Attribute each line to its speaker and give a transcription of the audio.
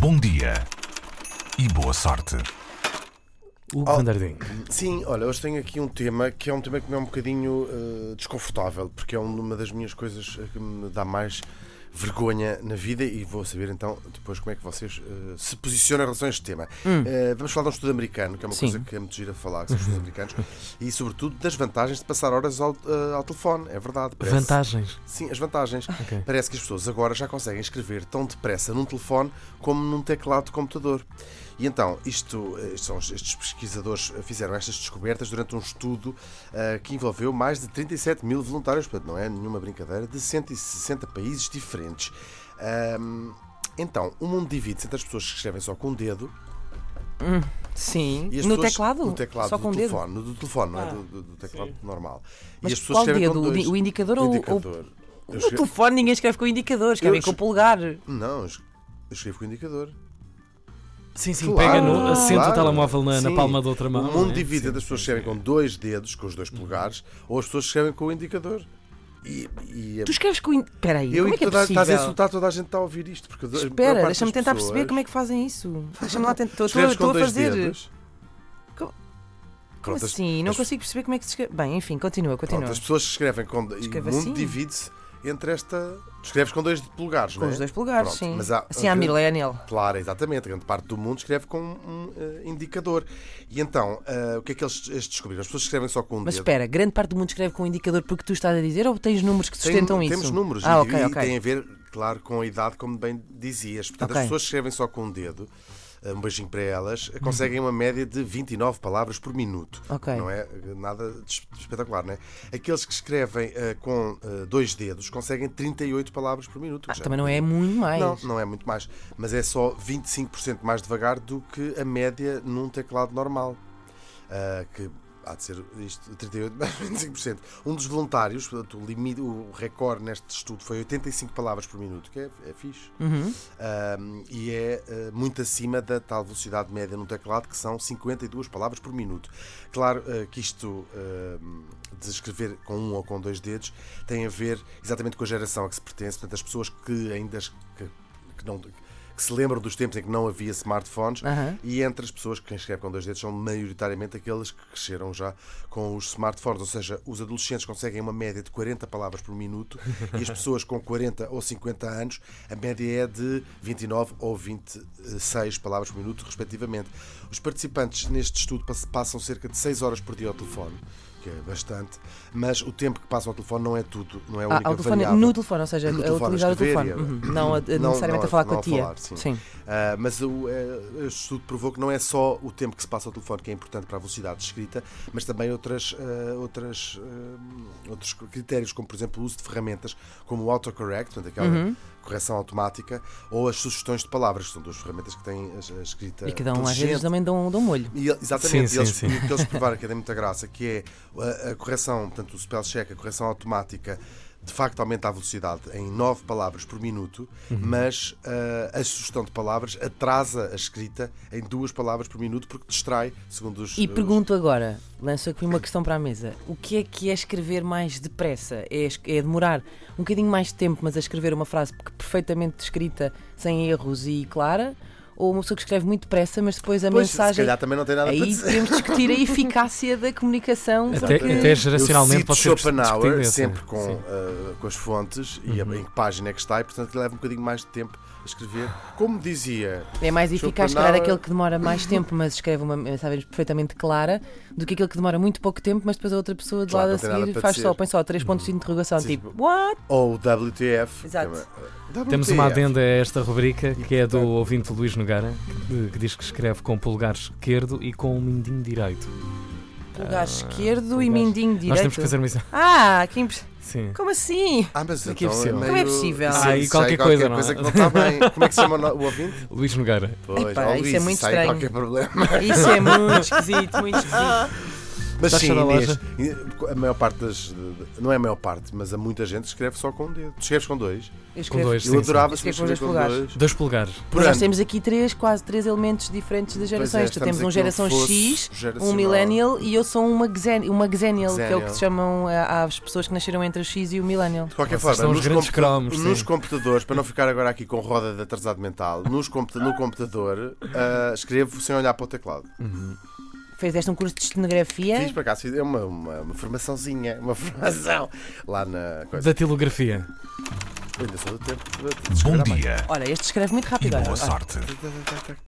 Speaker 1: Bom dia e boa sorte.
Speaker 2: Hugo
Speaker 3: Oh.
Speaker 2: Van der Ding.
Speaker 3: Sim, olha, hoje tenho aqui um tema que é um tema que me é um bocadinho eh, desconfortável, porque é uma das minhas coisas eh, que me dá mais vergonha na vida e vou saber então depois como é que vocês eh, se posicionam em relação a este tema. Eh, vamos falar de um estudo americano, que é uma
Speaker 2: Hum. Sim.
Speaker 3: coisa que é muito gira falar, que são os estudos americanos, e sobretudo das vantagens de passar horas ao, eh, ao telefone, é verdade. parece-
Speaker 2: Vantagens.
Speaker 3: Sim, as vantagens.
Speaker 2: Ok.
Speaker 3: Parece que as pessoas agora já conseguem escrever tão depressa num telefone como num teclado de computador. E então, isto, eh, são os- estes pesquisadores eh, fizeram estas descobertas durante um estudo eh, que envolveu mais de 37 mil voluntários, portanto, não é nenhuma brincadeira, de 160 países diferentes. Ahm, então, o mundo divide-se entre as pessoas que escrevem só com o dedo
Speaker 4: Sim,
Speaker 3: e as
Speaker 4: no
Speaker 3: pessoas-
Speaker 4: teclado?
Speaker 3: No teclado
Speaker 4: Só
Speaker 3: do
Speaker 4: com o dedo?
Speaker 3: telefone, no do telefone, não é?
Speaker 4: Ah,
Speaker 3: Do, do- do teclado normal.
Speaker 4: Mas
Speaker 3: e as pessoas
Speaker 4: qual
Speaker 3: escrevem com
Speaker 4: dedo? O
Speaker 3: dois.
Speaker 4: di- o indicador
Speaker 3: o
Speaker 4: ou- ou-
Speaker 3: indicador. Eu
Speaker 4: No
Speaker 3: escre-
Speaker 4: telefone ninguém escreve com indicadores, escrevem com o
Speaker 3: escre-
Speaker 4: polegar.
Speaker 3: Não, eu es- eu escrevo com o indicador.
Speaker 2: Sim, sim,
Speaker 3: Claro,
Speaker 2: pega no, assenta
Speaker 3: claro.
Speaker 2: o telemóvel na, na
Speaker 3: Sim.
Speaker 2: palma da outra mão.
Speaker 4: é?
Speaker 3: O mundo
Speaker 2: né?
Speaker 3: divide
Speaker 2: Sim,
Speaker 3: entre
Speaker 2: sim,
Speaker 3: as pessoas
Speaker 2: sim.
Speaker 3: que escrevem com dois dedos, com os dois
Speaker 4: Uhum.
Speaker 3: polegares, ou as pessoas que escrevem com o indicador. E, e- é
Speaker 4: Tu escreves com. in- Espera aí,
Speaker 3: eu e
Speaker 4: como é que é
Speaker 3: toda,
Speaker 4: possível?
Speaker 3: estás a insultar toda a gente que está a ouvir isto. Porque a maior parte
Speaker 4: Espera,
Speaker 3: das
Speaker 4: deixa-me tentar
Speaker 3: pessoas
Speaker 4: perceber como é que fazem isso. Deixa-me lá tentar. Estou
Speaker 3: escreves
Speaker 4: estou
Speaker 3: com
Speaker 4: a
Speaker 3: dois
Speaker 4: fazer.
Speaker 3: dedos.
Speaker 4: Co- Como
Speaker 3: Pronto, as-
Speaker 4: assim? Não
Speaker 3: as-
Speaker 4: consigo perceber como é que se escreve. Bem, enfim, continua,
Speaker 3: Pronto,
Speaker 4: continua.
Speaker 3: as pessoas que escrevem com. e
Speaker 4: Escreve
Speaker 3: o mundo
Speaker 4: assim.
Speaker 3: divide-se entre esta. tu Escreves com dois polegares,
Speaker 4: Com
Speaker 3: não é?
Speaker 4: os dois polegares,
Speaker 3: Pronto,
Speaker 4: sim.
Speaker 3: mas há-
Speaker 4: assim, à
Speaker 3: ok.
Speaker 4: Millennial.
Speaker 3: Claro, exatamente. A grande parte do mundo escreve com um eh, indicador. E então, eh, o que é que eles eles descobriram? As pessoas escrevem só com um
Speaker 4: Mas
Speaker 3: dedo.
Speaker 4: espera, grande parte do mundo escreve com um indicador porque tu estás a dizer ou tens números que
Speaker 3: Tem-
Speaker 4: sustentam isso?
Speaker 3: Temos números
Speaker 4: Ah,
Speaker 3: e,
Speaker 4: ok,
Speaker 3: e
Speaker 4: ok.
Speaker 3: tem a ver, claro, com a idade, como bem dizias. Portanto,
Speaker 4: Ok.
Speaker 3: as pessoas escrevem só com um dedo, um beijinho para elas, conseguem uma média de 29 palavras por minuto.
Speaker 4: Ok.
Speaker 3: Não é nada de es- de espetacular, não é? Aqueles que escrevem eh, com eh, dois dedos conseguem 38 palavras por minuto.
Speaker 4: Ah,
Speaker 3: que já-
Speaker 4: também não é muito mais.
Speaker 3: Não, não é muito mais. Mas é só 25% mais devagar do que a média num teclado normal. Ah, que há de ser isto, 38 mais 25%. Um dos voluntários, portanto, o, limite, o recorde neste estudo foi 85 palavras por minuto, que é, é fixe. Ah, e é ah, muito acima da tal velocidade média num teclado, que são 52 palavras por minuto. Claro ah, que isto ah, de escrever com um ou com dois dedos tem a ver exatamente com a geração a que se pertence, portanto, as pessoas que ainda. es- que- que, não- que se lembram dos tempos em que não havia smartphones
Speaker 4: Aham.
Speaker 3: e entre as pessoas que quem escreve com dois dedos são maioritariamente aqueles que cresceram já com os smartphones, ou seja, os adolescentes conseguem uma média de 40 palavras por minuto e as pessoas com 40 ou 50 anos a média é de 29 ou 26 palavras por minuto, respectivamente. Os participantes neste estudo pass- passam cerca de 6 horas por dia ao telefone. Que é bastante, mas o tempo que passam ao telefone não é tudo, não é a
Speaker 4: Ah,
Speaker 3: única
Speaker 4: ao telefone,
Speaker 3: variável.
Speaker 4: no telefone, ou seja,
Speaker 3: No
Speaker 4: a utilizar o
Speaker 3: escrever
Speaker 4: telefone.
Speaker 3: e a-
Speaker 4: Uhum. Não a- a necessariamente a falar com
Speaker 3: não
Speaker 4: a tia.
Speaker 3: falar, sim.
Speaker 4: Sim.
Speaker 3: Ah, mas o, eh, este estudo provou que não é só o tempo que se passa ao telefone que é importante para a velocidade de escrita, mas também outras, ah, outras, ah, outros critérios, como por exemplo o uso de ferramentas como o autocorrect, portanto, aquela
Speaker 4: Uhum.
Speaker 3: correção automática, ou as sugestões de palavras, que são duas ferramentas que têm a, a escrita
Speaker 4: E que dão, às vezes
Speaker 3: inteligente.
Speaker 4: também dão, dão molho.
Speaker 3: E, ele- exatamente,
Speaker 2: Sim,
Speaker 3: e eles,
Speaker 2: sim,
Speaker 3: e o que eles provaram que é de muita graça, que é a, a correção, portanto, o spell check, a correção automática, de facto aumenta a velocidade em 9 palavras por minuto,
Speaker 2: Uhum.
Speaker 3: mas ah, a sugestão de palavras atrasa a escrita em 2 palavras por minuto porque distrai, segundo os.
Speaker 4: E
Speaker 3: os-
Speaker 4: pergunto agora, lanço aqui uma questão para a mesa. O que é que é escrever mais depressa? É, es- é demorar um bocadinho mais de tempo, mas a escrever uma frase que perfeitamente escrita, sem erros e clara? Ou uma pessoa que escreve muito depressa, mas depois a
Speaker 3: Pois, Se
Speaker 4: mensagem.
Speaker 3: calhar também não tem nada para
Speaker 4: Aí
Speaker 3: dizer.
Speaker 4: podemos discutir a eficácia da comunicação.
Speaker 2: Até-
Speaker 4: porque-
Speaker 2: até geracionalmente
Speaker 3: Eu
Speaker 2: pode ser
Speaker 3: cito
Speaker 2: discutido
Speaker 3: Schopenhauer
Speaker 2: esse,
Speaker 3: sempre
Speaker 2: sim. Uhum.
Speaker 3: com, ah, com as fontes e a, em que página é que está, e portanto leva um bocadinho mais de tempo a escrever. Como dizia.
Speaker 4: É mais eficaz, se calhar,
Speaker 3: Schopenhauer-
Speaker 4: aquele que demora mais tempo, mas escreve uma mensagem perfeitamente clara, do que aquele que demora muito pouco tempo, mas depois a outra pessoa de
Speaker 3: Claro,
Speaker 4: lado a
Speaker 3: não tem nada
Speaker 4: seguir
Speaker 3: para
Speaker 4: faz
Speaker 3: dizer.
Speaker 4: só, põe só três pontos de interrogação,
Speaker 3: Sim,
Speaker 4: tipo,
Speaker 3: tipo,
Speaker 4: what?
Speaker 3: Ou o WTF.
Speaker 4: Exato.
Speaker 3: que é uma-
Speaker 2: Temos uma
Speaker 3: WTF.
Speaker 2: adenda a esta rubrica que é do ouvinte Luís Nogara, que, que diz que escreve com o polegar esquerdo e com o mindinho direito.
Speaker 4: Polegar esquerdo e
Speaker 2: polegar-
Speaker 4: mindinho direito.
Speaker 2: Ah, Nós temos que fazer uma. isso-
Speaker 4: Ah, que impre-
Speaker 2: Sim.
Speaker 4: Como assim?
Speaker 3: Ah, mas
Speaker 2: Como é que é
Speaker 3: então
Speaker 2: possível?
Speaker 3: meio-
Speaker 4: Como é possível?
Speaker 3: Isso-
Speaker 2: Ah, e
Speaker 3: isso
Speaker 2: qualquer
Speaker 3: aí
Speaker 2: coisa, não é?
Speaker 3: que não está bem. Como é que se chama o no- o ouvinte?
Speaker 2: Luís Nogara.
Speaker 3: Pois,
Speaker 4: Epá,
Speaker 3: ouvi
Speaker 4: isso é muito
Speaker 3: aí
Speaker 4: estranho.
Speaker 3: qualquer problema.
Speaker 4: Isso é muito esquisito, muito esquisito.
Speaker 3: Mas
Speaker 2: Taxa
Speaker 3: sim,
Speaker 2: da
Speaker 3: Inês,
Speaker 2: loja.
Speaker 3: a maior parte das. Não é a maior parte, mas há muita gente que escreve só com um dedo. Tu escreves com dois.
Speaker 4: Eu escrevo.
Speaker 2: dois.
Speaker 3: Eu
Speaker 2: Sim,
Speaker 3: adorava
Speaker 4: sim.
Speaker 3: se me
Speaker 4: Escrevo
Speaker 3: escrever com
Speaker 4: com dois
Speaker 3: dois.
Speaker 2: Dois polegares.
Speaker 3: Por
Speaker 4: Nós
Speaker 3: ano.
Speaker 4: temos aqui três, quase três elementos diferentes das
Speaker 3: Pois é,
Speaker 4: gerações. Tu
Speaker 3: estamos
Speaker 4: temos um
Speaker 3: aqui no
Speaker 4: geração
Speaker 3: fosso
Speaker 4: X, um
Speaker 3: geracional.
Speaker 4: millennial e eu sou uma, xen- uma xennial, que é o que
Speaker 3: Xennial.
Speaker 4: se chamam eh, as pessoas que nasceram entre o X e o millennial.
Speaker 3: De qualquer
Speaker 2: Vocês
Speaker 3: forma,
Speaker 2: são os
Speaker 3: nos,
Speaker 2: grandes
Speaker 3: computa-
Speaker 2: cromos,
Speaker 3: nos
Speaker 2: sim.
Speaker 3: computadores, para não ficar agora aqui com roda de atrasado mental, nos computa- no computador ah, escrevo sem olhar para o teclado.
Speaker 4: Fizeste um curso de stenografia?
Speaker 3: Fiz para cá, é uma, uma, uma formaçãozinha, uma formação lá na coisa.
Speaker 2: Da tilografia.
Speaker 3: Ainda sou do tempo. de- de
Speaker 1: Bom
Speaker 3: escrever à mão.
Speaker 1: dia
Speaker 4: Olha, este escreve muito
Speaker 1: e
Speaker 4: rápido. olha,
Speaker 1: boa
Speaker 4: olha.
Speaker 1: sorte.